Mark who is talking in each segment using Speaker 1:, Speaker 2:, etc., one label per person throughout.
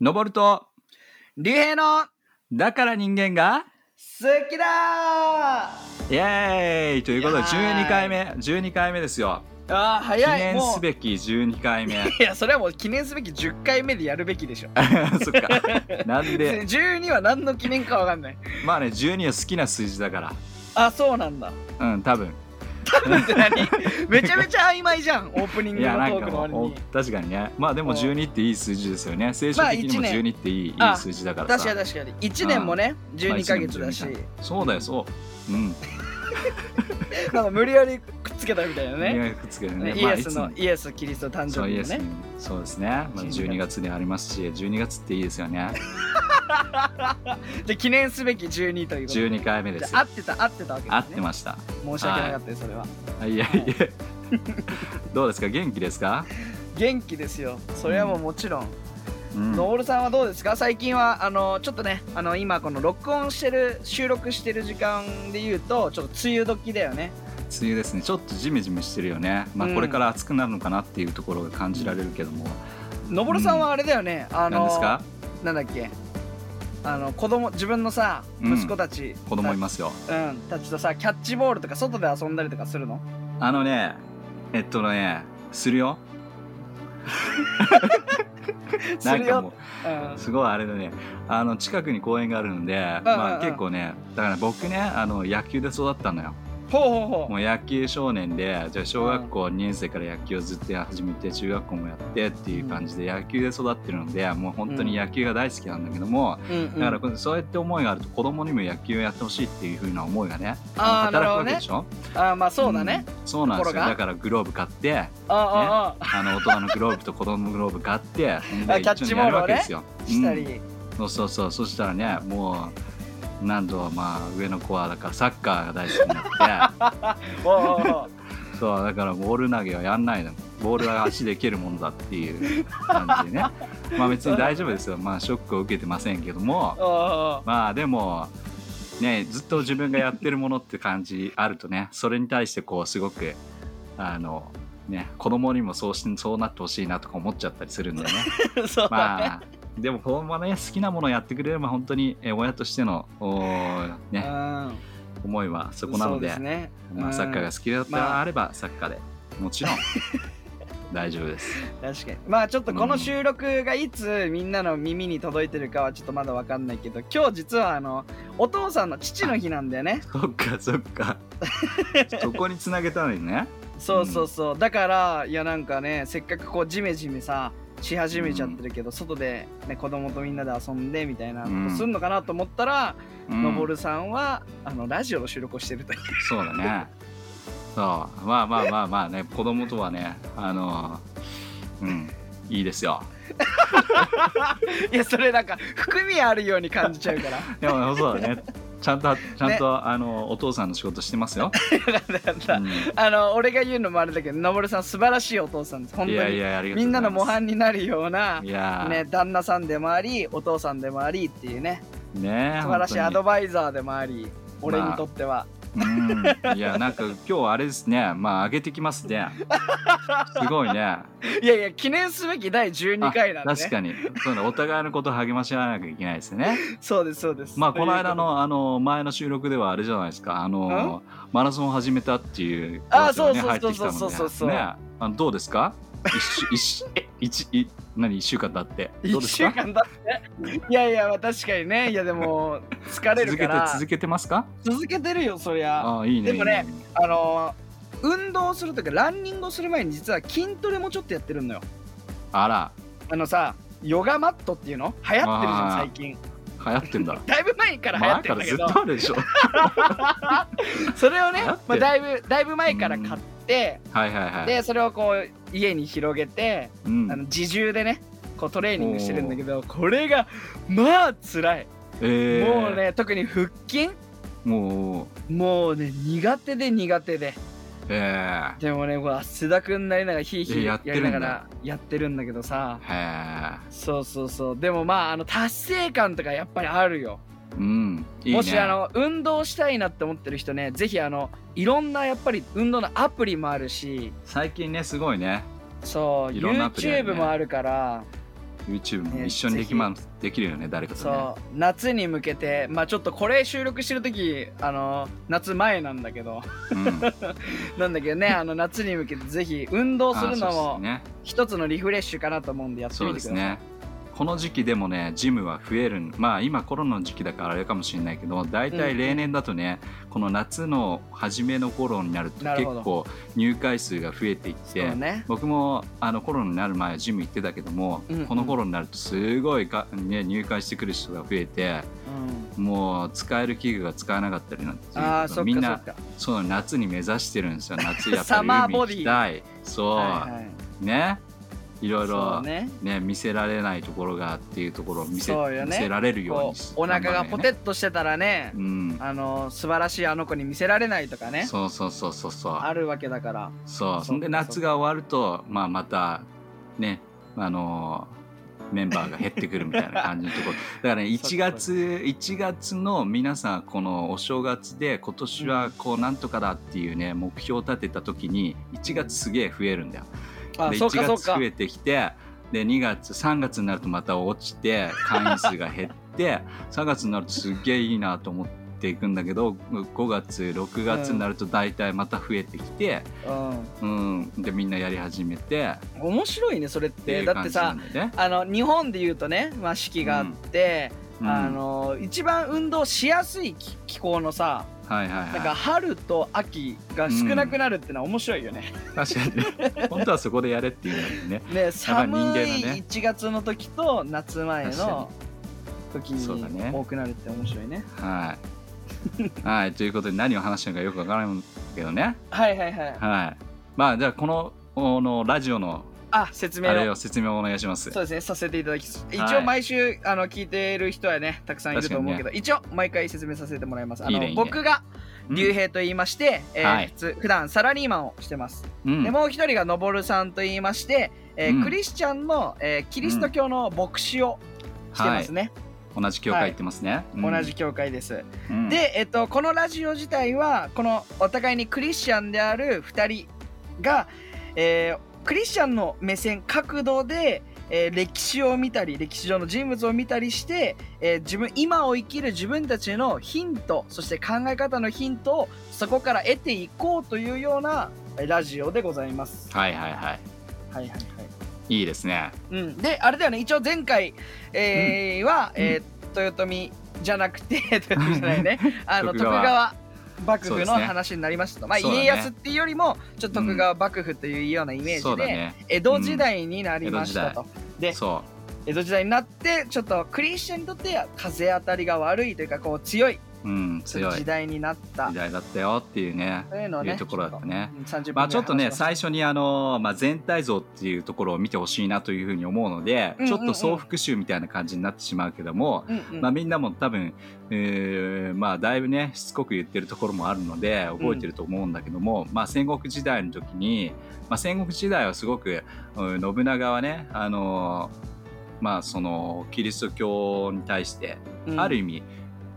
Speaker 1: 登ると、
Speaker 2: 竜兵の好
Speaker 1: だから人間が、
Speaker 2: きだ
Speaker 1: イエーイということで、
Speaker 2: イエーイ
Speaker 1: 12回目、12回目ですよ。
Speaker 2: ーあー
Speaker 1: 記
Speaker 2: 早い
Speaker 1: 念
Speaker 2: も
Speaker 1: すべき12回 目。
Speaker 2: ういやそれはもう記念すべき10回目でやるべきでしょ
Speaker 1: そっか。なんで、
Speaker 2: 12は何の記念かわかんない
Speaker 1: まあね、12は好きな数字だか
Speaker 2: あそうなんだ
Speaker 1: ら。うん、多分。
Speaker 2: 多分って何めちゃめちゃ曖昧じゃんオープニン
Speaker 1: い
Speaker 2: グの
Speaker 1: や、
Speaker 2: ト
Speaker 1: なん
Speaker 2: ー
Speaker 1: か
Speaker 2: クの
Speaker 1: も
Speaker 2: 割
Speaker 1: う、お
Speaker 2: に
Speaker 1: 確かにね。まあでも
Speaker 2: うん
Speaker 1: 12っていい数字ですよね。精神的にも
Speaker 2: まあ一年
Speaker 1: 12っていい,、い
Speaker 2: あ
Speaker 1: い数字だから
Speaker 2: 確か
Speaker 1: さ
Speaker 2: に。確かに1年もね12ヶ月だし
Speaker 1: まあ一年も12そうだよ、そう。うん。
Speaker 2: なんか無理やりくっつけたみたいなね
Speaker 1: ね、くっつけてね。
Speaker 2: イ
Speaker 1: まあ
Speaker 2: エスの
Speaker 1: いつも
Speaker 2: イエスキリスト誕
Speaker 1: そ
Speaker 2: 生
Speaker 1: うイ
Speaker 2: 日
Speaker 1: エ
Speaker 2: の
Speaker 1: ス
Speaker 2: ね
Speaker 1: そうですね。まあ12
Speaker 2: 12
Speaker 1: 月でありますし、12月っていいですよね。
Speaker 2: で記念すべき12ということで
Speaker 1: 12回目です
Speaker 2: じゃあ合ってた合ってたわけですね
Speaker 1: 合ってました。
Speaker 2: 申し訳なかったですそれは
Speaker 1: はい、いやいや。 どうですか元気ですか、
Speaker 2: 元気ですよそれはもうもちろん
Speaker 1: うん
Speaker 2: ノールさんはどうですか最近はあのちょっとねあの今この録音してる収録してる時間で言うとちょっと梅雨時だよね
Speaker 1: 梅雨ですねちょっとジメジメしてるよね、まあ、
Speaker 2: うん
Speaker 1: これから暑くなるのかなっていうところが感じられるけども、
Speaker 2: のぼるさんはあれだよね、あの
Speaker 1: 何ですか
Speaker 2: なんだっけあの子供自分のさ
Speaker 1: うん
Speaker 2: 息子たち、
Speaker 1: 子供いますよ
Speaker 2: うんたちとさキャッチボールとか外で遊んだりとかするの
Speaker 1: あのねえっとねするよなんかも
Speaker 2: するよ
Speaker 1: うすごいあれだねあの近くに公園があるので、まあ、結構ねだから僕ねあの野球で育ったのよ
Speaker 2: うん、ほうほうほう
Speaker 1: もう野球少年でじゃあ小学校2年生から野球をずっとやり始めて中学校もやってっていう感じで野球で育ってるのでもう本当に野球が大好きなんだけども、
Speaker 2: うんうん
Speaker 1: だからこうそうやって思いがあると子供にも野球をやってほしいっていう風な思いがね
Speaker 2: あーな
Speaker 1: 働
Speaker 2: る
Speaker 1: く
Speaker 2: ほど
Speaker 1: わけ
Speaker 2: ね
Speaker 1: でしょ
Speaker 2: あーまあそうだね、、
Speaker 1: んそうなんです
Speaker 2: とこ
Speaker 1: よ
Speaker 2: ろが
Speaker 1: だからグローブ買って
Speaker 2: あーあーあ
Speaker 1: あ の大人のグローブと子供のグローブ買って
Speaker 2: あキャッチボールをね
Speaker 1: よ、
Speaker 2: ーしたり、
Speaker 1: うんそうそうそうそしたらねもうなんとまあ上の子はだからサッカーが大好きになっ
Speaker 2: おうおうおう
Speaker 1: てそうだからボール投げはやんないのボールは足で蹴るものだっていう感じでね まあ別に大丈夫ですよまあショックを受けてませんけども
Speaker 2: おうおう
Speaker 1: まあでもねずっと自分がやってるものって感じあるとねそれに対してこうすごくあのね子供にもそうしそうなってほしいなとか思っちゃったりするんで ね
Speaker 2: おうそうだね、
Speaker 1: まあでも子供はね好きなものをやってくれれば本当にえ親としてのおーね
Speaker 2: うん
Speaker 1: 思いはそこなので
Speaker 2: そうですね
Speaker 1: まあ、サッカーが好きだった
Speaker 2: まあ
Speaker 1: らあればサッカーでもちろん 大丈夫です。
Speaker 2: 確かにまあちょっとこの収録がいつみんなの耳に届いてるかはちょっとまだわかんないけど今日実はあのお父さんの父の日なんだよね
Speaker 1: そっかそっ かそこにつなげたのにね。
Speaker 2: そうそうそう、だからいやなんかねせっかくこうジメジメさし始めちゃってるけど、外で、ね、子供とみんなで遊んでみたいなことすんのかなと思ったら、
Speaker 1: うん
Speaker 2: のぼるさんはあのラジオの収録をしてると いう
Speaker 1: そうだね。そう、まあまあまあまあね、子供とはね、あの、うん、いいですよ。
Speaker 2: いやそれなんか含みあるように感じちゃう から
Speaker 1: でも、そう だね。ちゃんと、ちゃんと、あの、お父さんの仕事して ますよ。
Speaker 2: だからだから
Speaker 1: うん
Speaker 2: あの俺が言うのもあれだけどのぼるさん素晴らしいお父さんです本当
Speaker 1: い
Speaker 2: に
Speaker 1: やいや、ありがと
Speaker 2: み
Speaker 1: うんござ
Speaker 2: ないの
Speaker 1: ま
Speaker 2: 模
Speaker 1: す、
Speaker 2: 範になるようない
Speaker 1: や
Speaker 2: ね、旦那さんでもありお父さんでもありっていうね
Speaker 1: ー、ね
Speaker 2: 素晴らしいアド
Speaker 1: バ
Speaker 2: バイザーでもあり俺にとっては、
Speaker 1: うん、いや、なんか、今日あれですね、まあ、上げてきますね。す ごいね。
Speaker 2: いやいや記念すべき第12回なんで、ね、
Speaker 1: 確かに、そうだ、お互いのこと励まし合わなきゃいけないですね。
Speaker 2: そうですそうです
Speaker 1: まあこの間のあの前の収録ではあれじゃないですかあのマラソンを始めたっていう
Speaker 2: あ
Speaker 1: 話がね
Speaker 2: そう
Speaker 1: 入って
Speaker 2: そう
Speaker 1: きた
Speaker 2: そうそうそ
Speaker 1: の
Speaker 2: うそう
Speaker 1: でねあのどうですか一週 一週え一い何一週間だってどう
Speaker 2: 1
Speaker 1: です
Speaker 2: 週
Speaker 1: か
Speaker 2: 間だっていやいやまあ確かにねいやでも疲れる
Speaker 1: 続
Speaker 2: か
Speaker 1: けて
Speaker 2: ら
Speaker 1: 続けてますか
Speaker 2: 続けてるよそりゃあ
Speaker 1: ああいいね
Speaker 2: でもね
Speaker 1: いいね
Speaker 2: の運動するとかランニングをする前に実は筋トレもちょっとやってるのよ
Speaker 1: あら
Speaker 2: あのさヨガマットっていうの流行ってるじゃん
Speaker 1: あー
Speaker 2: 最近
Speaker 1: 流行ってんだ
Speaker 2: だいぶ前から 流行
Speaker 1: 前
Speaker 2: って
Speaker 1: か
Speaker 2: るん
Speaker 1: ら
Speaker 2: だ
Speaker 1: ず
Speaker 2: け
Speaker 1: っ
Speaker 2: ど
Speaker 1: とあるでしょ
Speaker 2: それをね
Speaker 1: 流行って、る
Speaker 2: まあ、だいぶだいぶ前から買って、
Speaker 1: はいはいはい
Speaker 2: でそれをこう家に広げて、
Speaker 1: うん
Speaker 2: あの自重でねこうトレーニングしてるんだけどこれがまあ辛い、
Speaker 1: えー
Speaker 2: もうね特に腹筋
Speaker 1: もう
Speaker 2: もうね苦手で苦手で
Speaker 1: え
Speaker 2: でもねこう汗だくになりながらヒーヒ
Speaker 1: え
Speaker 2: ー
Speaker 1: や
Speaker 2: や
Speaker 1: ってる
Speaker 2: り
Speaker 1: んだ
Speaker 2: ながらやってるんだけどさ
Speaker 1: ーへ
Speaker 2: そうそうそうでもまああの達成感とかやっぱりあるよ
Speaker 1: ーうんいいね
Speaker 2: もしあの運動したいなって思ってる人ねぜひあのいろんなやっぱり運動のアプリもあるし
Speaker 1: 最近ねすごいね
Speaker 2: そう
Speaker 1: いろんなアプリあるね
Speaker 2: YouTube もあるから
Speaker 1: YouTube も
Speaker 2: ね
Speaker 1: 一緒にでき,、ま、できるよね誰かとね
Speaker 2: そう夏に向けてまあちょっとこれ収録してる時あの夏前なんだけど
Speaker 1: うん
Speaker 2: なんだけどねあの夏に向けてぜひ運動するの
Speaker 1: あそうっす
Speaker 2: も
Speaker 1: ね
Speaker 2: 一つのリフレッシュかなと思うんでやって
Speaker 1: そう
Speaker 2: み
Speaker 1: で
Speaker 2: て
Speaker 1: す
Speaker 2: ください
Speaker 1: ねこの時期でもねジムは増えるんまあ今コロナの時期だからあれかもしれないけど大
Speaker 2: う
Speaker 1: 体
Speaker 2: ん
Speaker 1: 例年だとね、この夏の初めの頃になると
Speaker 2: なる
Speaker 1: 結
Speaker 2: ほど
Speaker 1: 構入会数が増えていって、
Speaker 2: そうね
Speaker 1: 僕もあのコロナになる前はジム行ってたけども、
Speaker 2: うんうん
Speaker 1: この頃になるとすごいか、ね、入会してくる人が増えて
Speaker 2: うん
Speaker 1: もう使える器具が使えなかったりなんていう
Speaker 2: ああそっ
Speaker 1: みん
Speaker 2: かそっ
Speaker 1: な
Speaker 2: か
Speaker 1: そう夏に目指してるんですよ夏やっ
Speaker 2: サ
Speaker 1: ぱり
Speaker 2: マー
Speaker 1: 海
Speaker 2: ボ
Speaker 1: 行
Speaker 2: ディ
Speaker 1: きたいそう、
Speaker 2: はいはい
Speaker 1: ねいろい
Speaker 2: そ
Speaker 1: ろ
Speaker 2: うね
Speaker 1: ね、見せられないところがっていうところを見せ,、
Speaker 2: そうよね
Speaker 1: 見せられるよ
Speaker 2: こ
Speaker 1: うに
Speaker 2: うお腹がポテ
Speaker 1: ッ、
Speaker 2: ッとしてたらね
Speaker 1: うん、
Speaker 2: あの素晴らしいあの子に見せられないとかね
Speaker 1: そうそうそうそうそう
Speaker 2: あるわけだから
Speaker 1: そうそん
Speaker 2: そう
Speaker 1: で夏が終わると、まあ、またねあのーメンバーが減ってくるみたいな感じの ところだからね1月1月の皆さんこのお正月で今年はこうなんとかだっていうね目標を立てた時に1月すげえ増えるんだよ。
Speaker 2: あ
Speaker 1: で
Speaker 2: そうか
Speaker 1: 1
Speaker 2: そう
Speaker 1: 月
Speaker 2: か
Speaker 1: 増えてきてで2月3月になるとまた落ちて会員数が減って 3月になるとすっげえいいなと思っていくんだけど5月6月になると大体また増えてきて、
Speaker 2: うん
Speaker 1: うん、でみんなやり始めて
Speaker 2: 面白いねそれっ
Speaker 1: って
Speaker 2: て
Speaker 1: いう
Speaker 2: だっ
Speaker 1: 感
Speaker 2: て
Speaker 1: じな
Speaker 2: さ
Speaker 1: んだよね。
Speaker 2: あの日本で言うとね、まあ、四季があって、
Speaker 1: うん
Speaker 2: あの一番運動しやすい気気候のさ
Speaker 1: はいはい
Speaker 2: なんか
Speaker 1: は
Speaker 2: 春と秋が少なくなるってのは面白いよね。
Speaker 1: い、確かに ね本当はそこでやれっていうんだけどね
Speaker 2: ね寒い
Speaker 1: 人間のね
Speaker 2: 1月の時と夏前の時
Speaker 1: そうだね
Speaker 2: に多くなるって面白いね。
Speaker 1: はい、はい、ということで何を話してるのかよくわからないけどね
Speaker 2: はいはいはい。
Speaker 1: はいまあじゃあこのこのラジオの
Speaker 2: あ説
Speaker 1: あ
Speaker 2: 明
Speaker 1: れ
Speaker 2: を
Speaker 1: を説明をお願いします
Speaker 2: そうですねさせていただきます。一
Speaker 1: は
Speaker 2: 応
Speaker 1: い
Speaker 2: 毎週あの聞いてる人はねたくさんいると思うけど、一応毎回説明させてもらいます。あの
Speaker 1: いいねいいね
Speaker 2: 僕が竜兵と言いまして、えー
Speaker 1: はい
Speaker 2: 普通普段サラリーマンをしてます。
Speaker 1: うん
Speaker 2: でもう一人がのぼるさんと言いまして、えー
Speaker 1: うん
Speaker 2: クリスチャンの、えーキリスト教の牧師をしてますね、
Speaker 1: 同じ教会行ってますね、
Speaker 2: 同じ教会です、
Speaker 1: うん、うん、
Speaker 2: で、えっとこのラジオ自体はこのお互いにクリスチャンである2人が、えークリスチャンの目線角度で、えー歴史を見たり歴史上の人物を見たりして、えー自分今を生きる自分たちのヒントそして考え方のヒントをそこから得ていこうというようなえーラジオでございます。
Speaker 1: はいはいは
Speaker 2: はいはいはい
Speaker 1: いいいですね
Speaker 2: うん、であれだよね一応前回、えーは、えー豊臣じゃなくて 豊臣じゃないねあの
Speaker 1: 徳
Speaker 2: 徳
Speaker 1: 川
Speaker 2: 川幕
Speaker 1: そう
Speaker 2: 府
Speaker 1: で
Speaker 2: の
Speaker 1: すね
Speaker 2: 話になりましたと、まあ、
Speaker 1: そうだね
Speaker 2: 家康っていうよりもちょっと徳川幕府というようなイメージで、
Speaker 1: そうだね
Speaker 2: 江戸時代になりましたと、で
Speaker 1: そ
Speaker 2: 江戸時代になってちょっとクリスチャンにとっては風当たりが悪いというかこう強いう
Speaker 1: うん強い
Speaker 2: 時
Speaker 1: 時
Speaker 2: 代になった
Speaker 1: 代だったよっていうね
Speaker 2: というのをね
Speaker 1: いうところだったね
Speaker 2: ちょっとうん30分
Speaker 1: まあちょっとね
Speaker 2: ぐらい話し
Speaker 1: 最初にあの、まあ、全体像っていうところを見てほしいなというふうに思うので、
Speaker 2: うんうんうん
Speaker 1: ちょっと総復習みたいな感じになってしまうけども、
Speaker 2: ましたうんうん
Speaker 1: まあ、みんなも多分、えーまあ、だいぶねしつこく言ってるところもあるので覚えてると思うんだけども、まあ、戦国時代の時に、まあ、戦国時代はすごくうん信長はね、あのーまあ、そのキリスト教に対して
Speaker 2: うん
Speaker 1: ある意味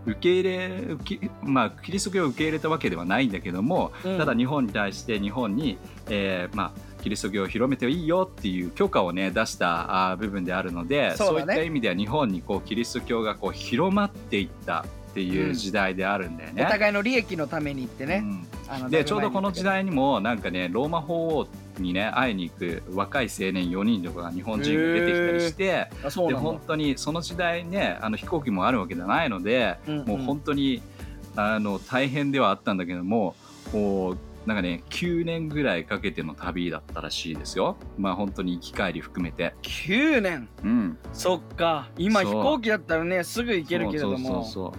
Speaker 1: 受け入れ、受けまあ、キリスト教を受け入れたわけではないんだけども、
Speaker 2: うん
Speaker 1: ただ日本に対して日本に、えーまあ、キリスト教を広めていいよっていう許可をね出したあー部分であるので
Speaker 2: そ
Speaker 1: そうう,、
Speaker 2: だね
Speaker 1: いった意味では日本にこうキリスト教がこう広まっていったっていう時代であるんだよ
Speaker 2: お
Speaker 1: ね。
Speaker 2: 互いの利益のためにって
Speaker 1: う
Speaker 2: ね、
Speaker 1: ん
Speaker 2: あの
Speaker 1: で
Speaker 2: だいぶ前に
Speaker 1: ちょうどこの時
Speaker 2: 言っ
Speaker 1: 代にもなんかねローマ法王にね会いに行く若い青年4人とかが日本人が出てきたりして、
Speaker 2: たけどあそう
Speaker 1: で
Speaker 2: なんだ
Speaker 1: 本当にその時代ねあの飛行機もあるわけじゃないので、
Speaker 2: うんうん
Speaker 1: もう本当にあの大変ではあったんだけどもこうなんかね9年ぐらいかけての旅だったらしいですよまあ本当に行き帰り含めて、
Speaker 2: 9年
Speaker 1: うん、
Speaker 2: そっか今
Speaker 1: そう
Speaker 2: 飛行機だったらねすぐ行けるけれども
Speaker 1: そうそうそうそう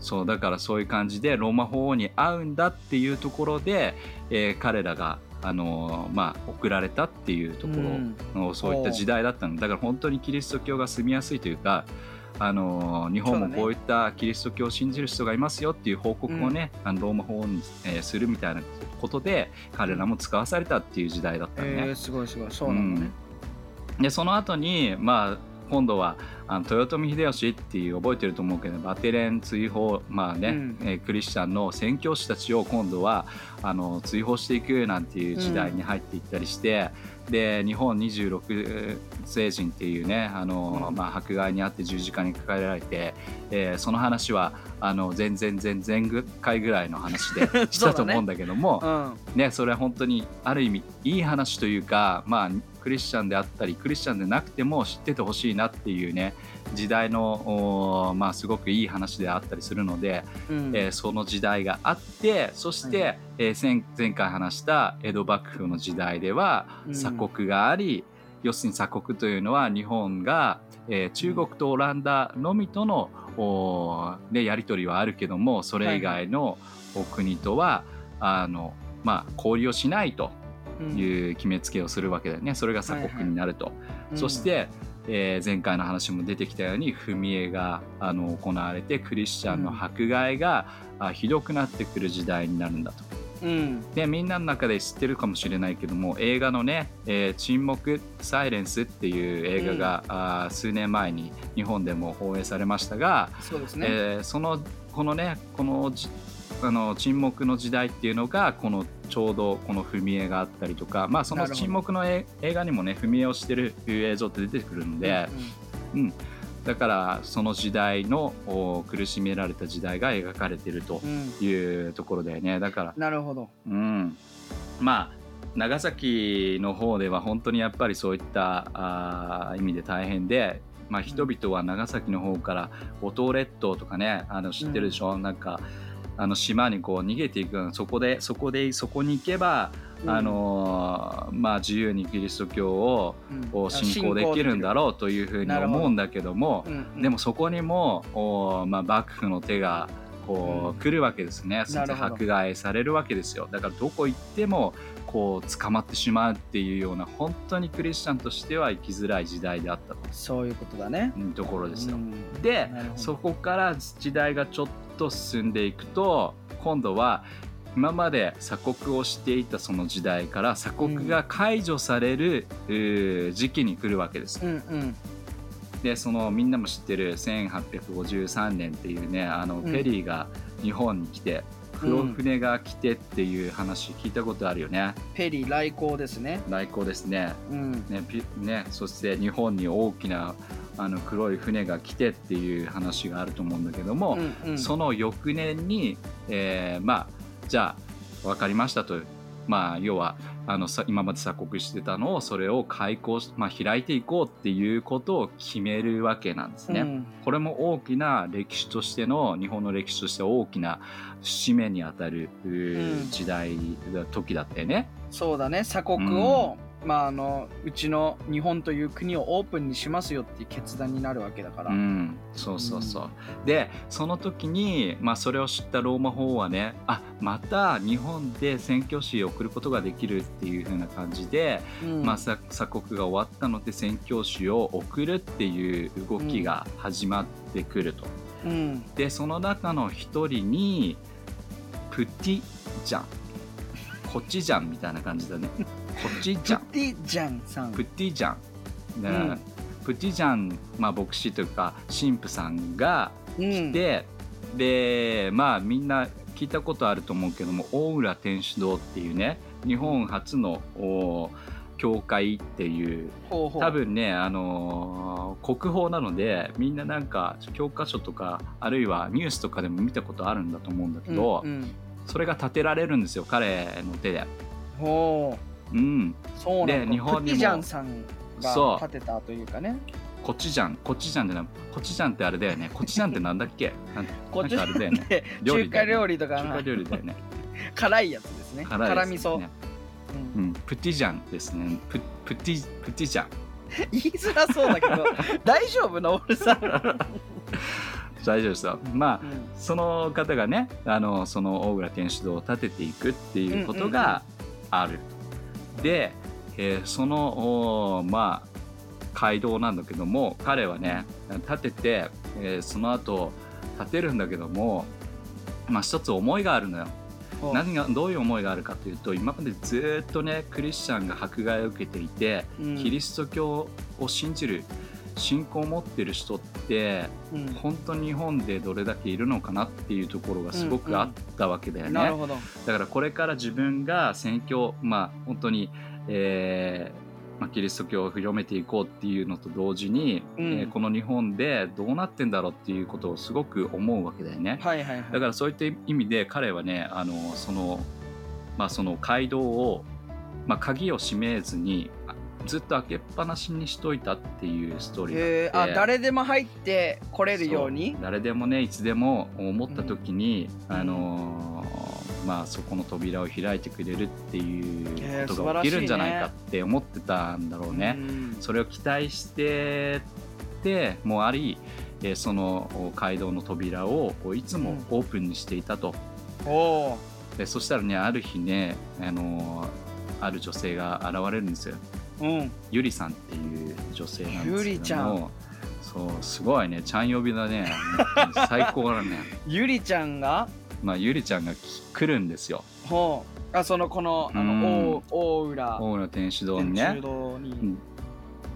Speaker 1: そうだからそういう感じでローマ法王に会うんだっていうところで、えー彼らが、あのーまあ、送られたっていうところ、
Speaker 2: うん
Speaker 1: のそういった時代だったのだから本当にキリスト教が住みやすいというか、あのー日本も
Speaker 2: そうだね
Speaker 1: こういったキリスト教を信じる人がいますよっていう報告をね、あのローマ法王に、えーするみたいなことで彼らも使わされたっていう時代だったのね。
Speaker 2: えー、すごいすごいそうなんだね、
Speaker 1: うんでその後にまあ今度はあの豊臣秀吉っていう覚えてると思うけどバテレン追放まあね、
Speaker 2: うん
Speaker 1: えークリスチャンの宣教師たちを今度はあの追放していくなんていう時代に入っていったりして、で日本26聖人っていうねあの、
Speaker 2: うん
Speaker 1: まあ、迫害にあって十字架にかけられて、えーその話はあの全然全然ぐ回ぐらいの話 で したと思うんだけども。
Speaker 2: うん
Speaker 1: ね、それは本当にある意味いい話というか、まあ、クリスチャンであったりクリスチャンでなくても知っててほしいなっていうね時代の、おーまあ、すごくいい話であったりするので、
Speaker 2: うん
Speaker 1: えーその時代があってそして、
Speaker 2: はい
Speaker 1: えー前前回話した江戸幕府の時代では
Speaker 2: うん
Speaker 1: 鎖国があり、要するに鎖国というのは日本が、えー中国とオランダのみとの、おーね、やり取りはあるけどもそれ以外のお国とは、あのまあ、交流をしないと
Speaker 2: うん
Speaker 1: いう決めつけをするわけだよねそれが鎖国になると。
Speaker 2: うん
Speaker 1: そして、えー前回の話も出てきたように踏み絵があの行われてクリスチャンの迫害が、あひどくなってくる時代になるんだと。
Speaker 2: うん
Speaker 1: でみんなの中で知ってるかもしれないけども映画のね「えー沈黙サイレンス」っていう映画が、あー数年前に日本でも放映されましたが、
Speaker 2: そうですね、
Speaker 1: えーそのこのねこのじあの沈黙の時代っていうのがこのちょうどこの踏み絵があったりとか、まあ、その
Speaker 2: なるほど
Speaker 1: 沈黙のえ映画にもね踏み絵をしてる映像って出てくるので、だからその時代のお苦しめられた時代が描かれてると
Speaker 2: うんうん
Speaker 1: いうところだよねだから、
Speaker 2: なるほど
Speaker 1: うん、まあ長崎の方では本当にやっぱりそういったあー意味で大変で、まあ、人々は長崎の方から五島列島とかねあの知ってるでしょ、なんかあの島にこう逃げていくようなそこでそこでそこに行けば、
Speaker 2: うん
Speaker 1: あのーまあ、自由にキリスト教を
Speaker 2: うん
Speaker 1: を信仰できるんだろうというふうに
Speaker 2: なるほど
Speaker 1: 思うんだけども
Speaker 2: うんうん
Speaker 1: でもそこにも、おーまあ、幕府の手がこう、
Speaker 2: うん
Speaker 1: 来るわけですねそし
Speaker 2: な
Speaker 1: て
Speaker 2: るほど
Speaker 1: 迫害されるわけですよだからどこ行ってもこう捕まってしまうっていうような本当にクリスチャンとしては生きづらい時代であったと
Speaker 2: そういうことだね
Speaker 1: いうところですよ。
Speaker 2: うん
Speaker 1: で
Speaker 2: なるほど
Speaker 1: そこから時代がちょっと進んでいくと今度は今まで鎖国をしていたその時代から鎖国が解除される、うー時期に来るわけです
Speaker 2: う。んうん
Speaker 1: でそのみんなも知ってる1853年っていうねあの
Speaker 2: ん
Speaker 1: ペリーが日本に来て、黒船が来てっていう話聞いたことあるよね
Speaker 2: ペリー来航ですね
Speaker 1: 来航ですね
Speaker 2: うん
Speaker 1: ねピねそして日本に大きなあの黒い船が来てっていう話があると思うんだけども、
Speaker 2: うんうん
Speaker 1: その翌年に、えーまあじゃあ分かりましたとまあ要はあのさ今まで鎖国してたのをそれを開港し、まあ、開いていこうっていうことを決めるわけなんですね。
Speaker 2: うん
Speaker 1: これも大きな歴史としての日本の歴史として大きな節目にあたるうー
Speaker 2: うん
Speaker 1: 時代、時だったよね。
Speaker 2: そうだね鎖国を、まああのうちの日本という国をオープンにしますよっていう決断になるわけだから、
Speaker 1: うん、そうそうそう。でその時に、まあ、それを知ったローマ法はねあまた日本で宣教師を送ることができるっていう風な感じで、
Speaker 2: うん
Speaker 1: まあ、さ鎖国が終わったので宣教師を送るっていう動きが始まってくると。
Speaker 2: うん、
Speaker 1: でその中の一人にプティジャンコチジャンみたいな感じだねコチジ
Speaker 2: プ
Speaker 1: ャン
Speaker 2: ティジャンさん
Speaker 1: プティジャン、ね
Speaker 2: うん
Speaker 1: プティジャン、まあ、牧師というか神父さんが
Speaker 2: う
Speaker 1: 来
Speaker 2: ん
Speaker 1: て、でまあみんな聞いたことあると思うけども大浦天主堂っていうね日本初のお教会っていう
Speaker 2: ほうほう
Speaker 1: 多分ね、あのー国宝なのでみんななんか教科書とかあるいはニュースとかでも見たことあるんだと思うんだけど、
Speaker 2: うんうん
Speaker 1: それが建てられるんですよ彼の手で。
Speaker 2: ほ
Speaker 1: うん、
Speaker 2: うそうな
Speaker 1: で
Speaker 2: ん
Speaker 1: 日
Speaker 2: だ
Speaker 1: 本にも
Speaker 2: プティジャンさん
Speaker 1: そ
Speaker 2: が
Speaker 1: う
Speaker 2: 建てたというかね
Speaker 1: コチジャンコチジャンってなコチジャンってあれだよねコチジャンってなんだっけなん
Speaker 2: こっち
Speaker 1: なんかあれだよね
Speaker 2: で
Speaker 1: 料理
Speaker 2: 中華
Speaker 1: だよ
Speaker 2: 料
Speaker 1: ね
Speaker 2: 理とか
Speaker 1: 中華料理だよね
Speaker 2: 辛いやつですね
Speaker 1: 辛い
Speaker 2: 辛
Speaker 1: で
Speaker 2: 味
Speaker 1: すよ
Speaker 2: 噌、
Speaker 1: ね、
Speaker 2: うん
Speaker 1: うん、プティジャンですねププティプティジャン
Speaker 2: 言いづらそうだ けど大丈夫の俺さん、
Speaker 1: 大丈夫ですよまあ
Speaker 2: うん
Speaker 1: その方がねあのその大浦天主堂を建てていくっていうことがある。で、えーそのおーまあ街道なんだけども彼はね建てて、えーその後建てるんだけども、まあ、一つ思いがあるのよ。
Speaker 2: ほう
Speaker 1: 何がどういう思いがあるかというと今までずっとねクリスチャンが迫害を受けていて、
Speaker 2: うん
Speaker 1: キリスト教を信じる信仰を持ってる人って
Speaker 2: うん
Speaker 1: 本当に日本でどれだけいるのかなっていうところがすご
Speaker 2: うんう
Speaker 1: く
Speaker 2: ん
Speaker 1: あったわけだよね。
Speaker 2: なるほど。
Speaker 1: だからこれから自分が宣教まあ本当に、えーまあ、キリスト教を広めていこうっていうのと同時に、
Speaker 2: うん
Speaker 1: えーこの日本でどうなってんだろうっていうことをすごく思うわけだよね。
Speaker 2: はいはいはい。
Speaker 1: だからそういった意味で彼はねあのその,、まあ、その街道を、まあ、鍵を閉めずにあずっと開けっぱなしにしといたっていうストーリーがあって。
Speaker 2: えー、あ誰でも入ってこれるように
Speaker 1: そ。誰でもねいつでも思った時に、
Speaker 2: うん
Speaker 1: あのーまあそこの扉を開いてくれるってい
Speaker 2: へ
Speaker 1: う
Speaker 2: ー
Speaker 1: こ
Speaker 2: 素
Speaker 1: と
Speaker 2: 晴
Speaker 1: が
Speaker 2: らしい
Speaker 1: 起き
Speaker 2: ね
Speaker 1: るんじゃないかって思ってたんだろうね。
Speaker 2: うん
Speaker 1: それを期待しててもあり、えーその街道の扉をいつもオープンにしていたと。
Speaker 2: おー
Speaker 1: でそしたらねある日ね、あのーある女性が現れるんですよ。
Speaker 2: うん。
Speaker 1: ゆりさんっていう女性なんですけども
Speaker 2: ゆりちゃん
Speaker 1: そうすごいねちゃん呼びだね最高だね
Speaker 2: ゆりちゃんが。
Speaker 1: まあゆりちゃんがき来るんですよ
Speaker 2: ほう。あそのこのあ
Speaker 1: うん
Speaker 2: の大大浦。
Speaker 1: 大浦天主堂にね
Speaker 2: 天主堂に
Speaker 1: うん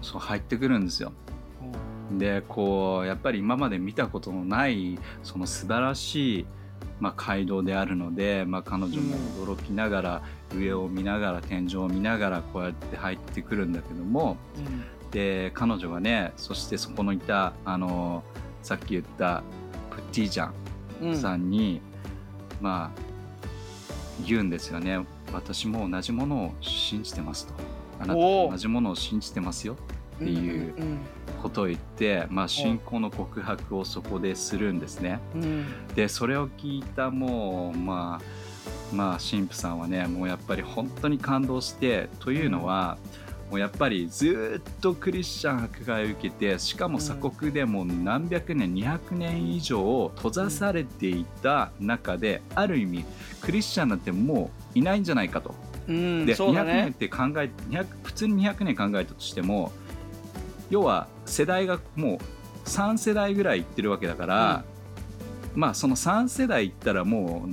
Speaker 1: そう入ってくるんですよ
Speaker 2: ほう
Speaker 1: でこうやっぱり今まで見たことのないその素晴らしい、まあ、街道であるので、まあ、彼女も驚きながら、上を見ながら天井を見ながらこうやって入ってくるんだけども、
Speaker 2: うん
Speaker 1: で彼女がねそしてそこのいたあのさっき言ったプッティージャ
Speaker 2: うん
Speaker 1: ンさんに、まあ言うんですよね私も同じものを信じてますとあなたと
Speaker 2: おお
Speaker 1: 同じものを信じてますよっていうんことを言って、まあ、信仰の告白をそこでするんですね
Speaker 2: うんうん
Speaker 1: でそれを聞いたもうまあまあ神父さんはねもうやっぱり本当に感動してというのは、もうやっぱりずーっとクリスチャン迫害を受けてしかも鎖国でもう何百年200年以上閉ざされていた中で、ある意味クリスチャンなんてもういないんじゃないかと。
Speaker 2: うん
Speaker 1: で、
Speaker 2: そうだ
Speaker 1: 200年っ
Speaker 2: ね。
Speaker 1: て考え200普通に200年考えたとしても要は世代がもう3世代ぐらいいってるわけだから、まあその3世代いったらも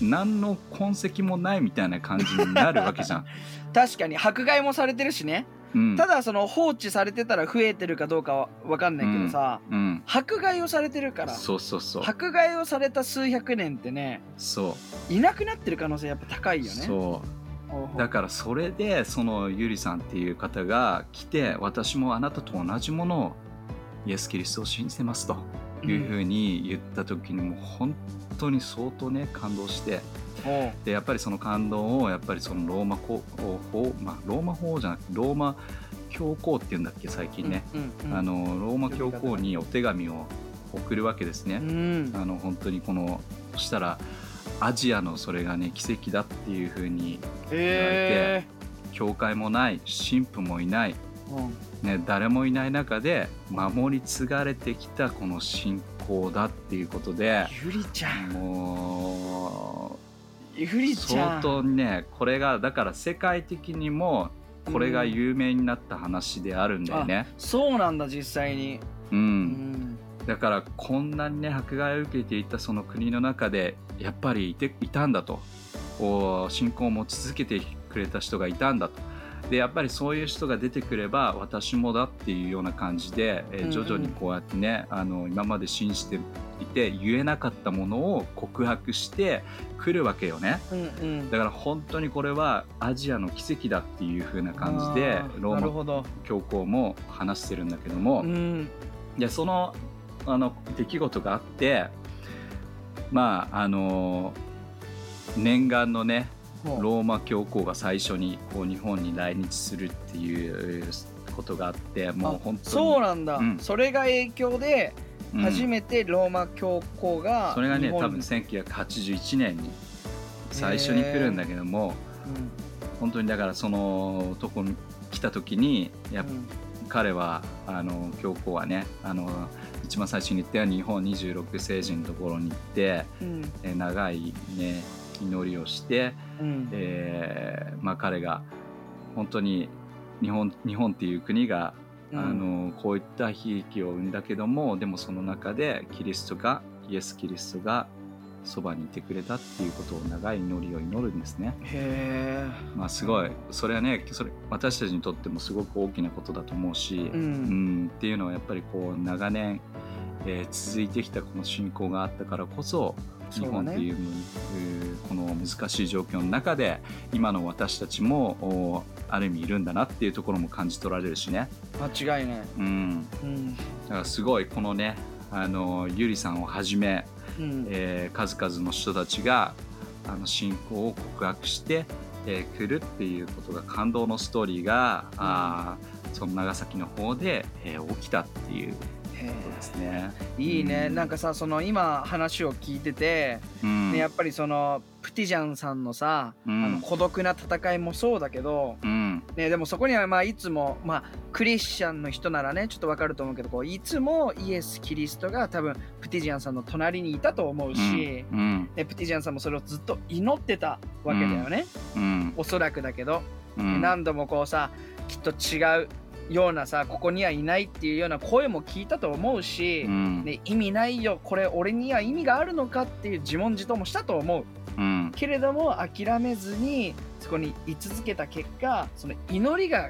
Speaker 1: う何の痕跡もないみたいな感じになるわけじ ゃん。
Speaker 2: 確かに迫害もされてるしね。
Speaker 1: うん、
Speaker 2: ただその放置されてたら増えてるかどうかはわかんないけどさ、
Speaker 1: うん、
Speaker 2: 迫害をされてるから。
Speaker 1: そうそうそう
Speaker 2: 迫害をされた数百年ってね
Speaker 1: そう
Speaker 2: いなくなってる可能性やっぱ高いよね
Speaker 1: そう
Speaker 2: ほうほう
Speaker 1: だからそれでそのゆりさんっていう方が来て私もあなたと同じものをイエス・キリストを信じてますというふうに言った時にもう本当に相当ね感動して
Speaker 2: ほう
Speaker 1: でやっぱりその感動をやっぱりそのローマ法法、まあ、ローマ法じゃなくてローマ教皇っていうんだっけ最近ね、
Speaker 2: うんうんうん
Speaker 1: あのローマ教皇にお手紙を送るわけですね。
Speaker 2: うん
Speaker 1: あの本当にこのそしたらアジアのそれがね奇跡だっていうふうに
Speaker 2: え
Speaker 1: 教会もない神父もいない、
Speaker 2: ーうん
Speaker 1: ね、誰もいない中で守り継がれてきたこの信仰だっていうことで
Speaker 2: ゆりちゃん
Speaker 1: も
Speaker 2: ゆ
Speaker 1: う
Speaker 2: りちゃ
Speaker 1: 相
Speaker 2: ん
Speaker 1: 当にねこれがだから世界的にもこれが有名になった話であるんだよね。
Speaker 2: そうなんだ実際に
Speaker 1: うん
Speaker 2: うん
Speaker 1: だからこんなにね迫害を受けていたその国の中でやっぱりいていたんだとおー信仰を持ち続けてくれた人がいたんだとでやっぱりそういう人が出てくれば私もだっていうような感じで、えー
Speaker 2: うんうん
Speaker 1: 徐々にこうやってねあの今まで信じていて言えなかったものを告白してくるわけよね。
Speaker 2: うんうん
Speaker 1: だから本当にこれはアジアの奇跡だっていう風な感じで
Speaker 2: あー
Speaker 1: ロ
Speaker 2: なる
Speaker 1: ーマ
Speaker 2: ほど
Speaker 1: 教皇も話してるんだけども、
Speaker 2: うん
Speaker 1: でそのあの出来事があってまああの念願のね
Speaker 2: ほう
Speaker 1: ローマ教皇が最初にこう日本に来日するっていうことがあってもう
Speaker 2: あ
Speaker 1: 本当に
Speaker 2: そうなんだ
Speaker 1: うん
Speaker 2: それが影響で
Speaker 1: うん
Speaker 2: 初めてローマ教皇が
Speaker 1: それがね
Speaker 2: 日本
Speaker 1: 多分
Speaker 2: に
Speaker 1: 1981年に最初に来るんだけども本当にだからそのとこに来た時にやっ
Speaker 2: うんうん
Speaker 1: 彼はあの教皇はねあの一番最初に言ったように日本26世紀のところに行って。
Speaker 2: うん
Speaker 1: えー長い、ね、祈りをして、
Speaker 2: うん
Speaker 1: えーまあ、彼が本当に日本日本っていう国が、
Speaker 2: うん
Speaker 1: あのこういった悲劇を生んだけどもでもその中でキリストがイエス・キリストがそばにいてくれたっていうことを長い祈りを祈るんですね。
Speaker 2: へ
Speaker 1: まあ、すごいそれはねそれ私たちにとってもすごく大きなことだと思うし、
Speaker 2: え。
Speaker 1: う
Speaker 2: う。
Speaker 1: んんっていうのはやっぱりこう長年、えー続いてきたこの信仰があったからこそ日
Speaker 2: そうだ
Speaker 1: 本
Speaker 2: ね
Speaker 1: っていうえーこの難しい状況の中で今の私たちもおある意味いるんだなっていうところも感じ取られるしね、
Speaker 2: 間違いない。
Speaker 1: うん、
Speaker 2: うん。
Speaker 1: だからすごいこのねあのゆりさんをはじめ、
Speaker 2: うん。
Speaker 1: えー数々の人たちがあの信仰を告白してく、えー来るっていうことが感動のストーリーが、あーその長崎の方で、えー起きたっていう
Speaker 2: へ
Speaker 1: そうですね。
Speaker 2: えいいね。
Speaker 1: うん
Speaker 2: なんかさ、その今話を聞いてて、
Speaker 1: うん
Speaker 2: ねやっぱりそのプティジャンさんのさ、
Speaker 1: うん
Speaker 2: あの孤独な戦いもそうだけど、
Speaker 1: うん
Speaker 2: ね、でもそこにはまあいつも、まあ、クリスチャンの人ならねちょっとわかると思うけどこういつもイエス・キリストが多分プティジャンさんの隣にいたと思うし、
Speaker 1: うん
Speaker 2: ねプティジャンさんもそれをずっと祈ってたわけだよね、
Speaker 1: うん
Speaker 2: おそらくだけど、
Speaker 1: うん
Speaker 2: 何度もこうさきっと違うようなさここにはいないっていうような声も聞いたと思うし、
Speaker 1: うん
Speaker 2: ね、意味ないよこれ俺には意味があるのかっていう自問自答もしたと思う
Speaker 1: うん
Speaker 2: けれども諦めずにそこに居続けた結果その祈りが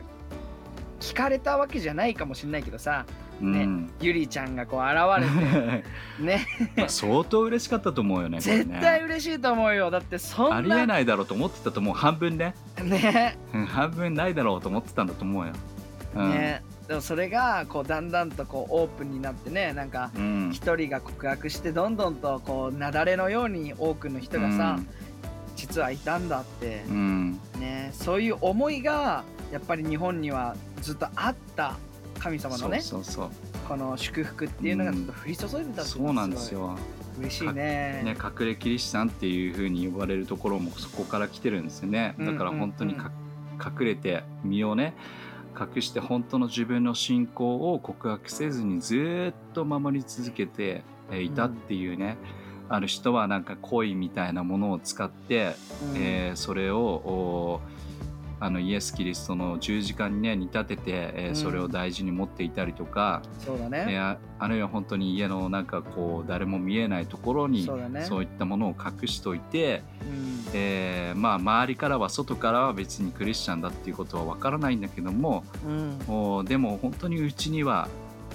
Speaker 2: 聞かれたわけじゃないかもしれないけどさね
Speaker 1: うん
Speaker 2: ゆりちゃんがこう現れてね
Speaker 1: まあ相当嬉しかったと思うよね。これね
Speaker 2: 絶対嬉しいと思うよだってそんな
Speaker 1: ありえないだろうと思ってたと思う半分ね
Speaker 2: ね
Speaker 1: うん半分ないだろうと思ってたんだと思うよ。うん
Speaker 2: ねでもそれがこうだんだんとこうオープンになってねなんか
Speaker 1: うん
Speaker 2: 一人が告白してどんどんとこう雪崩のように多くの人がさ、実はいたんだって
Speaker 1: う、ん
Speaker 2: ねそういう思いがやっぱり日本にはずっとあった神
Speaker 1: うん
Speaker 2: 様の
Speaker 1: そ
Speaker 2: ね
Speaker 1: うそうそう
Speaker 2: この祝福っていうのがちょっと降り注いでたってい
Speaker 1: そう
Speaker 2: のが
Speaker 1: なんですよ、
Speaker 2: ごい嬉しいね
Speaker 1: ね、隠れキリシタンっていうふうに呼ばれるところもそこから来てるんですよねだから本当にか隠れて身をね隠して本当の自分の信仰を告白せずにずーっと守り続けてえーいたっていうね、ある人はなんか恋みたいなものを使って
Speaker 2: うん
Speaker 1: えーそれをおーあのイエス・キリストの十字架にね煮立てて、えー
Speaker 2: うん
Speaker 1: それを大事に持っていたりとか、
Speaker 2: そうだ
Speaker 1: え
Speaker 2: ね
Speaker 1: ーああるいは本当に家のなんかこう誰も見えないところに
Speaker 2: そうだね
Speaker 1: そういったものを隠しといて、
Speaker 2: うん
Speaker 1: えーまあ、周りからは外からは別にクリスチャンだっていうことはわからないんだけども
Speaker 2: うん
Speaker 1: おーでも本当にうちには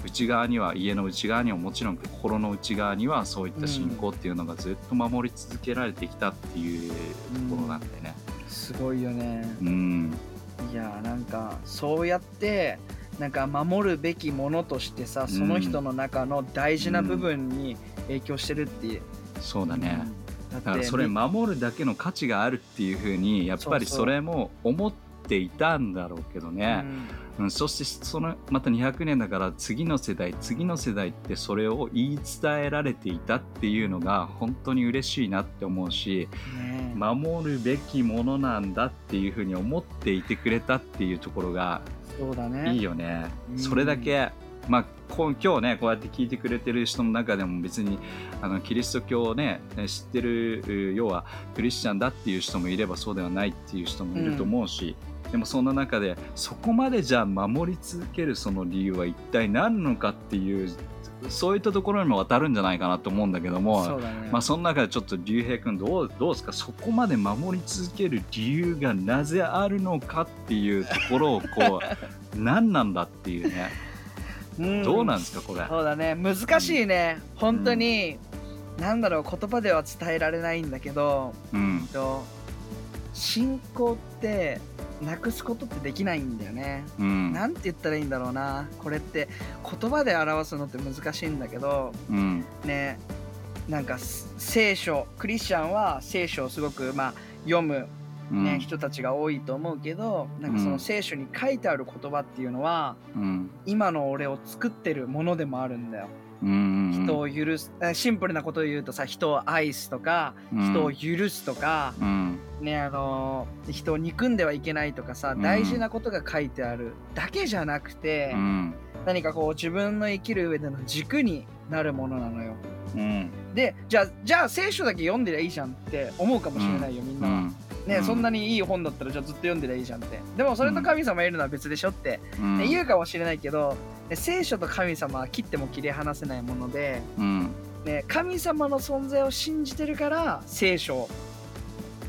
Speaker 1: 内側には家の内側にはもちろん心の内側にはそういった信仰っていうのがずっと守り続けられてきたっていうところなんでね。
Speaker 2: すごいよね
Speaker 1: うん、
Speaker 2: いやーなんかそうやってなんか守るべきものとしてさその人の中の大事な部分に影響してるっていう、
Speaker 1: そうだね。
Speaker 2: うん
Speaker 1: だ
Speaker 2: だっ
Speaker 1: か
Speaker 2: て
Speaker 1: らそれ守るだけの価値があるっていうふうにやっぱり
Speaker 2: そうそ
Speaker 1: そ
Speaker 2: う
Speaker 1: れも思っていたんだろうけど
Speaker 2: う
Speaker 1: ね。
Speaker 2: ん
Speaker 1: うん、そしてそのまた200年だから次の世代次の世代ってそれを言い伝えられていたっていうのが本当に嬉しいなって思うし
Speaker 2: ねえ
Speaker 1: 守るべきものなんだっていうふうに思っていてくれたっていうところが
Speaker 2: そうだね
Speaker 1: いいよね、
Speaker 2: うん
Speaker 1: それだけ、まあ、こん今日ねこうやって聞いてくれてる人の中でも別にあのキリスト教をねえ知ってるう要はクリスチャンだっていう人もいればそうではないっていう人もいると思うし、でもそんな中でそこまでじゃあ守り続けるその理由は一体何なのかっていうそういったところにも当たるんじゃないかなと思うんだけども。
Speaker 2: そうだね、
Speaker 1: まあ、その中でちょっと竜兵君どうどうですかそこまで守り続ける理由がなぜあるのかっていうところをこう何なんだっていうねどうなんですかこれ。
Speaker 2: そうだね難しいね、本当に、なんだろう言葉では伝えられないんだけど
Speaker 1: うん
Speaker 2: と信仰ってなくすことってできないんだよね。
Speaker 1: うん
Speaker 2: なんて言ったらいいんだろうなこれって言葉で表すのって難しいんだけど
Speaker 1: うん
Speaker 2: ねなんかす聖書クリスチャンは聖書をすごくまあ読む、
Speaker 1: うん
Speaker 2: ね人たちが多いと思うけどなんかその聖書に書いてある言葉っていうのは
Speaker 1: うん
Speaker 2: 今の俺を作ってるものでもあるんだよ。
Speaker 1: うん
Speaker 2: 人を許す、えシンプルなことを言うとさ人を愛すとか人を許すとか、
Speaker 1: うん
Speaker 2: ねあのー人を憎んではいけないとかさ
Speaker 1: うん
Speaker 2: 大事なことが書いてあるだけじゃなくて、
Speaker 1: うん
Speaker 2: 何かこう自分の生きる上での軸になるものなのよ。
Speaker 1: うん
Speaker 2: でじゃあじゃあ聖書だけ読んでりゃいいじゃんって思うかもしれないよ、みん
Speaker 1: う
Speaker 2: なは。
Speaker 1: ん
Speaker 2: ね、
Speaker 1: うん
Speaker 2: そんなにいい本だったらじゃあずっと読んでりゃいいじゃんって。でもそれと神様いるのは別でしょって、
Speaker 1: うん
Speaker 2: ね言うかもしれないけど、ね聖書と神様は切っても切り離せないもので。
Speaker 1: うん
Speaker 2: ね、神様の存在を信じてるから聖書を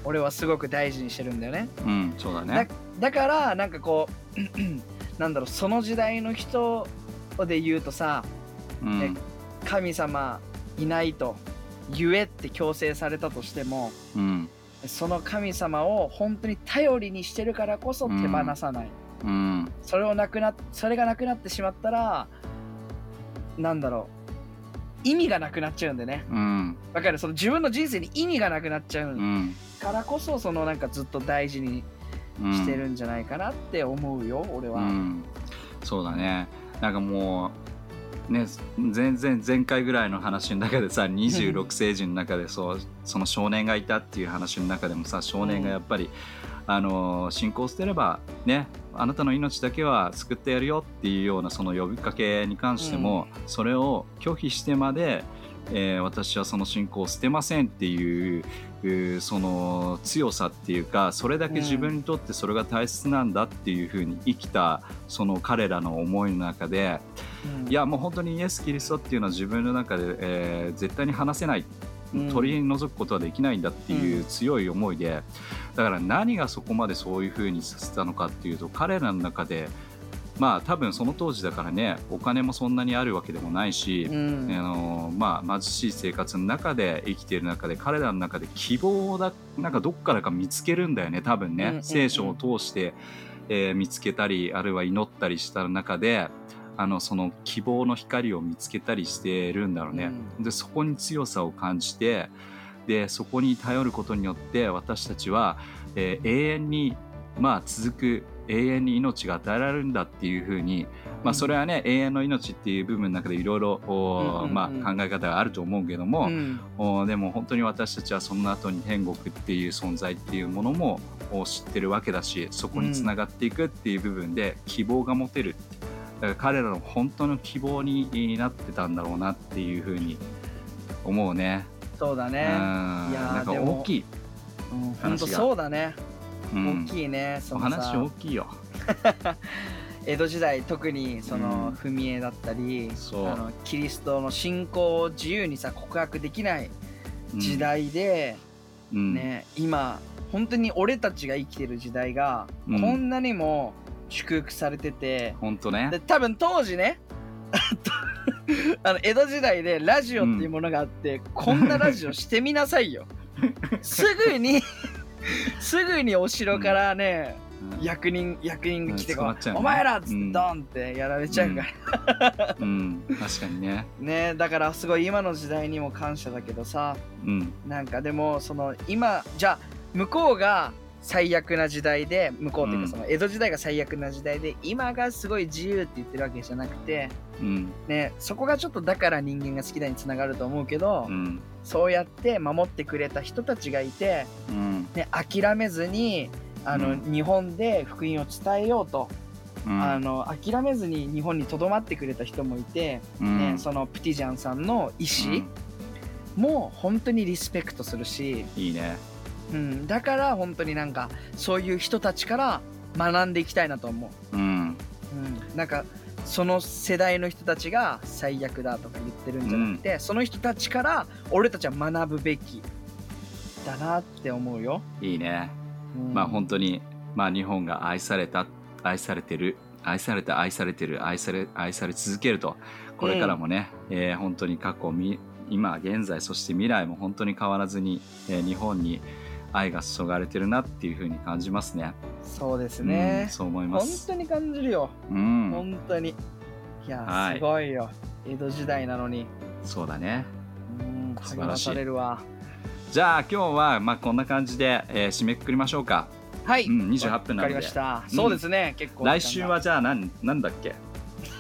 Speaker 2: 俺はすごく大事にしてるんだよね。
Speaker 1: うんそうだね
Speaker 2: だからなんかこう なんだろうその時代の人で言うとさ
Speaker 1: うん
Speaker 2: 神様いないと言えって強制されたとしても
Speaker 1: うん
Speaker 2: その神様を本当に頼りにしてるからこそ手放さない、
Speaker 1: うん
Speaker 2: それをなくなそれがなくなってしまったらなんだろう意味がなくなっちゃうんでね
Speaker 1: うん
Speaker 2: わかるその自分の人生に意味がなくなっちゃ
Speaker 1: う
Speaker 2: うんからこそそのなんかずっと大事に
Speaker 1: うん
Speaker 2: してるんじゃないかなって思うよ俺
Speaker 1: う
Speaker 2: は。
Speaker 1: ん、そうだねなんかもうね全然前回ぐらいの話の中でさ26世紀の中でそうその少年がいたっていう話の中でもさ少年がやっぱり、あの信仰を捨てればねあなたの命だけは救ってやるよっていうようなその呼びかけに関しても、それを拒否してまで、えー私はその信仰を捨てませんっていううーその強さっていうかそれだけ自分にとってそれが大切なんだっていうふうに生きたその彼らの思いの中で
Speaker 2: うん
Speaker 1: いやもう本当にイエス・キリストっていうのは自分の中で、えー絶対に話せない
Speaker 2: うん
Speaker 1: 取り除くことはできないんだっていう強い思いで、だから何がそこまでそういうふうにさせたのかっていうと彼らの中でまあ多分その当時だからねお金もそんなにあるわけでもないし、
Speaker 2: うん
Speaker 1: あのまあ、貧しい生活の中で生きている中で彼らの中で希望をだなんかどっからか見つけるんだよね多分ね、
Speaker 2: うんうんうん
Speaker 1: 聖書を通して、えー見つけたりあるいは祈ったりした中であのその希望の光を見つけたりしてるんだろうね。でそこに強さを感じてでそこに頼ることによって私たちは、えー永遠に、まあ、続く永遠に命が与えられるんだっていうふうに、ま
Speaker 2: う
Speaker 1: あ、
Speaker 2: ん
Speaker 1: それはね、永遠の命っていう部分の中でいろいろ
Speaker 2: うんうん
Speaker 1: お
Speaker 2: う
Speaker 1: ー
Speaker 2: ん
Speaker 1: まあ考え方があると思うけども、
Speaker 2: うん
Speaker 1: おーでも本当に私たちはその後に天国っていう存在っていうものもおー知ってるわけだしそこにつながっていくっていう部分で希望が持てるだから彼らの本当の希望になってたんだろうなっていうふうに思うね。
Speaker 2: そうだ
Speaker 1: うん
Speaker 2: ね。いやー
Speaker 1: なんか
Speaker 2: でも
Speaker 1: 大きい、
Speaker 2: うん
Speaker 1: 話が
Speaker 2: 本当そうだね。
Speaker 1: うん
Speaker 2: 大きいね。そ
Speaker 1: お
Speaker 2: のさ
Speaker 1: 話大きいよ。
Speaker 2: 江戸時代特にそ
Speaker 1: うん
Speaker 2: の踏み絵だったり、
Speaker 1: そう
Speaker 2: あのキリストの信仰を自由にさ告白できない
Speaker 1: うん
Speaker 2: 時、代で、
Speaker 1: うん、
Speaker 2: ね今本当に俺たちが生きてる時代が、
Speaker 1: うん
Speaker 2: こんなにも祝福されてて、
Speaker 1: 本当ね
Speaker 2: で多分当時ね。あの江戸時代でラジオっていうものがあって、こんなラジオしてみなさいよすぐにすぐにお城からね、
Speaker 1: うん
Speaker 2: 役人役人が来て
Speaker 1: 捕まっちゃうね
Speaker 2: お前ら!」っつっ
Speaker 1: う
Speaker 2: て
Speaker 1: ん
Speaker 2: ドンってやられちゃうから、
Speaker 1: うん、確かにね。
Speaker 2: ねだからすごい今の時代にも感謝だけどさ
Speaker 1: うん
Speaker 2: なんかでもその今じゃあ向こうが最悪な時代で向こうっていう
Speaker 1: うん
Speaker 2: かその江戸時代が最悪な時代で今がすごい自由って言ってるわけじゃなくて、
Speaker 1: うん
Speaker 2: ね、そこがちょっとだから人間が好きだにつながると思うけど、
Speaker 1: うん
Speaker 2: そうやって守ってくれた人たちがいて、
Speaker 1: うん
Speaker 2: ね、諦めずにあの、
Speaker 1: う
Speaker 2: 日本で福音を伝えようと
Speaker 1: うん
Speaker 2: あの諦めずに日本にとどまってくれた人もいて、
Speaker 1: うん
Speaker 2: ね、そのプティジャンさんの意思も本当にリスペクトするし、
Speaker 1: うんいいね。
Speaker 2: うん、だから本当になんかそういう人たちから学んでいきたいなと思う、
Speaker 1: うん
Speaker 2: うん、なんかその世代の人たちが最悪だとか言ってるんじゃなくて、その人たちから俺たちは学ぶべきだなって思うよ、
Speaker 1: いいね。
Speaker 2: うん、
Speaker 1: まあ本当に、まあ、日本が愛された愛されてる愛された愛されてる愛され愛され続けるとこれからもね、えー本当に過去み今現在そして未来も本当に変わらずに、えー日本に愛が注がれてるなっていうふうに感じますね。
Speaker 2: そうです
Speaker 1: うん
Speaker 2: ね、
Speaker 1: そう思いま
Speaker 2: 本
Speaker 1: す。
Speaker 2: 当に感じるよ
Speaker 1: うん、
Speaker 2: 本当にいや、
Speaker 1: はい
Speaker 2: すごいよ江戸時代なのに
Speaker 1: そうだね。
Speaker 2: うん
Speaker 1: 素晴
Speaker 2: 励
Speaker 1: ら
Speaker 2: ま
Speaker 1: しい
Speaker 2: されるわ
Speaker 1: じゃあ今日はまあこんな感じで、えー締めくくりましょうか。
Speaker 2: はい、
Speaker 1: うん28分なの
Speaker 2: わ
Speaker 1: で
Speaker 2: かりました、そうですね結構
Speaker 1: 来週 はじゃあなんなんだっけ？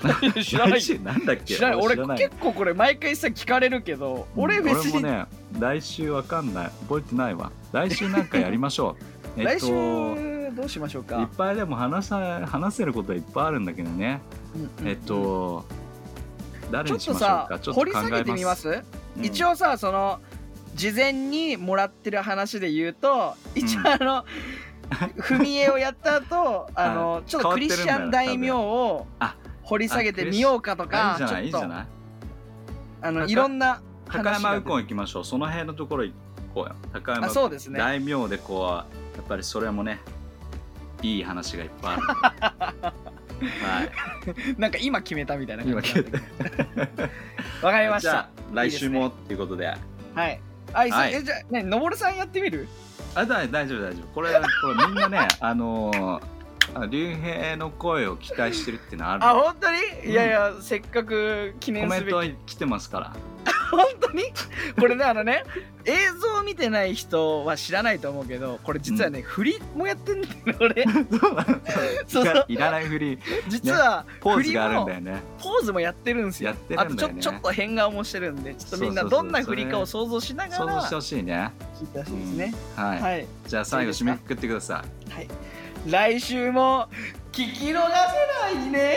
Speaker 2: 時間が知らない
Speaker 1: 来週なんだっけ？
Speaker 2: 知らない俺
Speaker 1: 知らない
Speaker 2: 結構これ毎回さ聞かれるけど、俺別
Speaker 1: 俺
Speaker 2: に、
Speaker 1: もね来週わかんない覚えてないわ来週なんかやりましょ う
Speaker 2: 来週
Speaker 1: い
Speaker 2: どうしましょう
Speaker 1: っ
Speaker 2: か、
Speaker 1: ぱいでも話さ話せることはいっぱいあるんだけどね、
Speaker 2: うんうん
Speaker 1: えっと誰
Speaker 2: ちょ
Speaker 1: に
Speaker 2: っ
Speaker 1: しま
Speaker 2: と
Speaker 1: しょう
Speaker 2: さ
Speaker 1: か
Speaker 2: 掘り下げてみます、
Speaker 1: うん
Speaker 2: 一応さその事前にもらってる話で言うと一
Speaker 1: うん
Speaker 2: 応 あの、踏み絵をやった後あのちょっとクリスチャン大名を
Speaker 1: あ
Speaker 2: 掘り下げてみようかと
Speaker 1: あいい
Speaker 2: か
Speaker 1: じゃないいい
Speaker 2: ち
Speaker 1: じ
Speaker 2: ょっ
Speaker 1: ゃ
Speaker 2: と
Speaker 1: ない
Speaker 2: あ
Speaker 1: な
Speaker 2: の
Speaker 1: んか
Speaker 2: いろんな
Speaker 1: 高山右近行きましょうその辺のところ行こうよ高山
Speaker 2: あそうですね
Speaker 1: 大名でこうやっぱりそれもねいい話がいっ ぱいある
Speaker 2: なんか今決めたみたいな
Speaker 1: 今
Speaker 2: 感
Speaker 1: 決
Speaker 2: じ
Speaker 1: め
Speaker 2: なんだけどわかり
Speaker 1: はい
Speaker 2: まし
Speaker 1: じゃあ
Speaker 2: た
Speaker 1: 来週もっていうことで
Speaker 2: はいあいさ
Speaker 1: はい
Speaker 2: えじゃあねのぼるさんやってみる
Speaker 1: あだ大丈夫大丈夫これこれみんな ねあのーあ竜兵の声を期待してるってのはある
Speaker 2: あ本当にいやいや、せっかく記
Speaker 1: コ
Speaker 2: 念
Speaker 1: メ
Speaker 2: す
Speaker 1: ン
Speaker 2: べき
Speaker 1: ト来てますから
Speaker 2: 本当にこれねあのね映像を見てない人は知らないと思うけどこれ実はね、振りもやってんだよね俺 そう
Speaker 1: い
Speaker 2: そ
Speaker 1: ら
Speaker 2: う
Speaker 1: いらないふり
Speaker 2: 実は
Speaker 1: ポーズがあるんだよね
Speaker 2: ポーズもやってるんですよ
Speaker 1: やってるんだよ
Speaker 2: あと
Speaker 1: ね
Speaker 2: ちょちょっと変顔もしてるんでちょっとみんな
Speaker 1: そうそう
Speaker 2: ど
Speaker 1: そうん
Speaker 2: な振りかを想像しなが
Speaker 1: 想像
Speaker 2: ら
Speaker 1: してほしいね
Speaker 2: 聞いてほしいですね、
Speaker 1: うんはい、
Speaker 2: はい
Speaker 1: じゃあ最後締めくくってください
Speaker 2: 来週も聞き逃せないね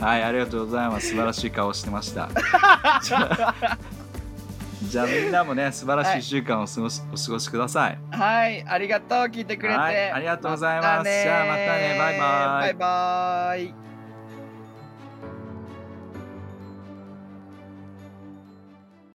Speaker 1: はい、ありがとうございます。素晴らしい顔してま した。じゃあじゃあみんなもね、素晴らしい一週間を過ごし、お過ごしください。
Speaker 2: はいありがとう聞いてくれて、
Speaker 1: はいありがとうございます
Speaker 2: たね
Speaker 1: じゃあまたねバイバイ
Speaker 2: バイバイ